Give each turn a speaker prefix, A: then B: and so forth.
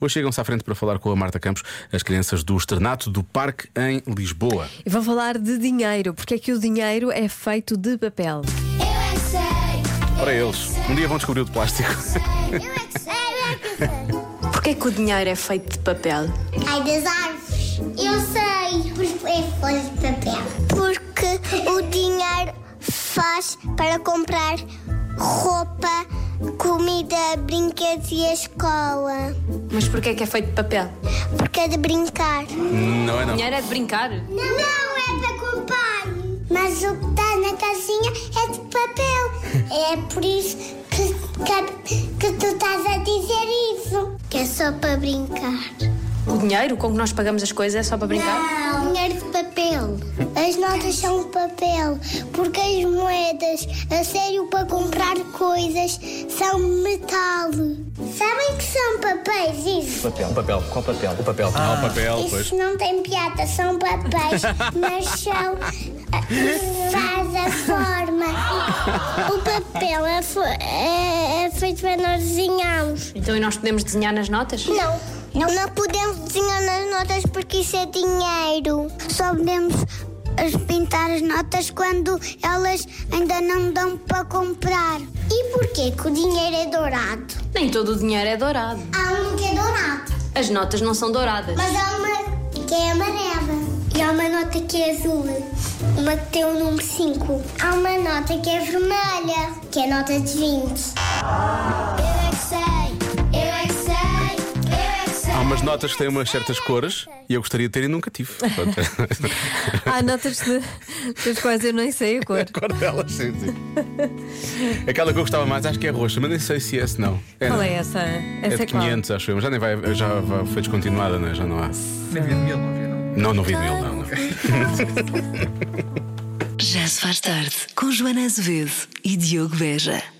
A: Hoje chegam-se à frente para falar com a Marta Campos as crianças do externato do Parque em Lisboa.
B: E vão falar de dinheiro, porque é que o dinheiro é feito de papel.
C: Eu é que sei.
A: Para eles, um dia vão descobrir o de plástico.
C: Eu é que sei, eu é que sei.
D: Porquê que o dinheiro é feito de papel?
C: Ai, das árvores. Eu sei. Porque é folha de papel. Porque o dinheiro faz para comprar roupa, comida, brinquedos e a escola.
D: Mas porquê que é feito de papel?
C: Porque é de brincar.
A: Não é
D: O
A: não.
D: dinheiro é de brincar?
C: Não, é para comprar. Mas o que está na casinha é de papel. É por isso que, que, que tu estás a dizer isso. Que é só para brincar.
D: O dinheiro com que nós pagamos as coisas é só para brincar?
C: Não. Dinheiro de papel. As notas são de papel. Porque as moedas, a sério, para comprar coisas, são de metal. Sabem que são papéis isso?
E: Papel, papel, qual papel? O papel.
A: Há Ah, o papel, pois.
C: Isso não tem piada, são papéis, mas são. ah, faz a forma. O papel é, fo- é- é feito para nós desenharmos.
D: Então e nós podemos desenhar nas notas?
C: Não. Não, podemos desenhar nas notas porque isso é dinheiro. Só podemos as- pintar as notas quando elas ainda não dão para comprar. E porquê que o dinheiro é dourado?
D: Nem todo o dinheiro é dourado.
C: Há um que é dourado.
D: As notas não são douradas.
C: Mas há uma que é amarela. E há uma nota que é azul. Uma que tem o número 5. Há uma nota que é vermelha, que é a nota de 20. Eu é que sei, eu é que sei, eu é que sei.
A: Há umas notas que têm umas certas cores e eu gostaria de ter e nunca tive. Pronto.
B: Há notas de, das quais eu nem sei a cor.
A: A cor delas, sim, sim. Aquela que eu gostava mais, acho que é roxa, mas nem sei se é esse não. É,
B: Qual
A: não.
B: é essa?
A: É
B: Essa
A: de 500, acho eu, mas já, nem vai, já vai- foi descontinuada, não é? já não há. Não, não vi de mil, não. não.
F: Já se faz tarde com Joana Azevedo e Diogo Beja.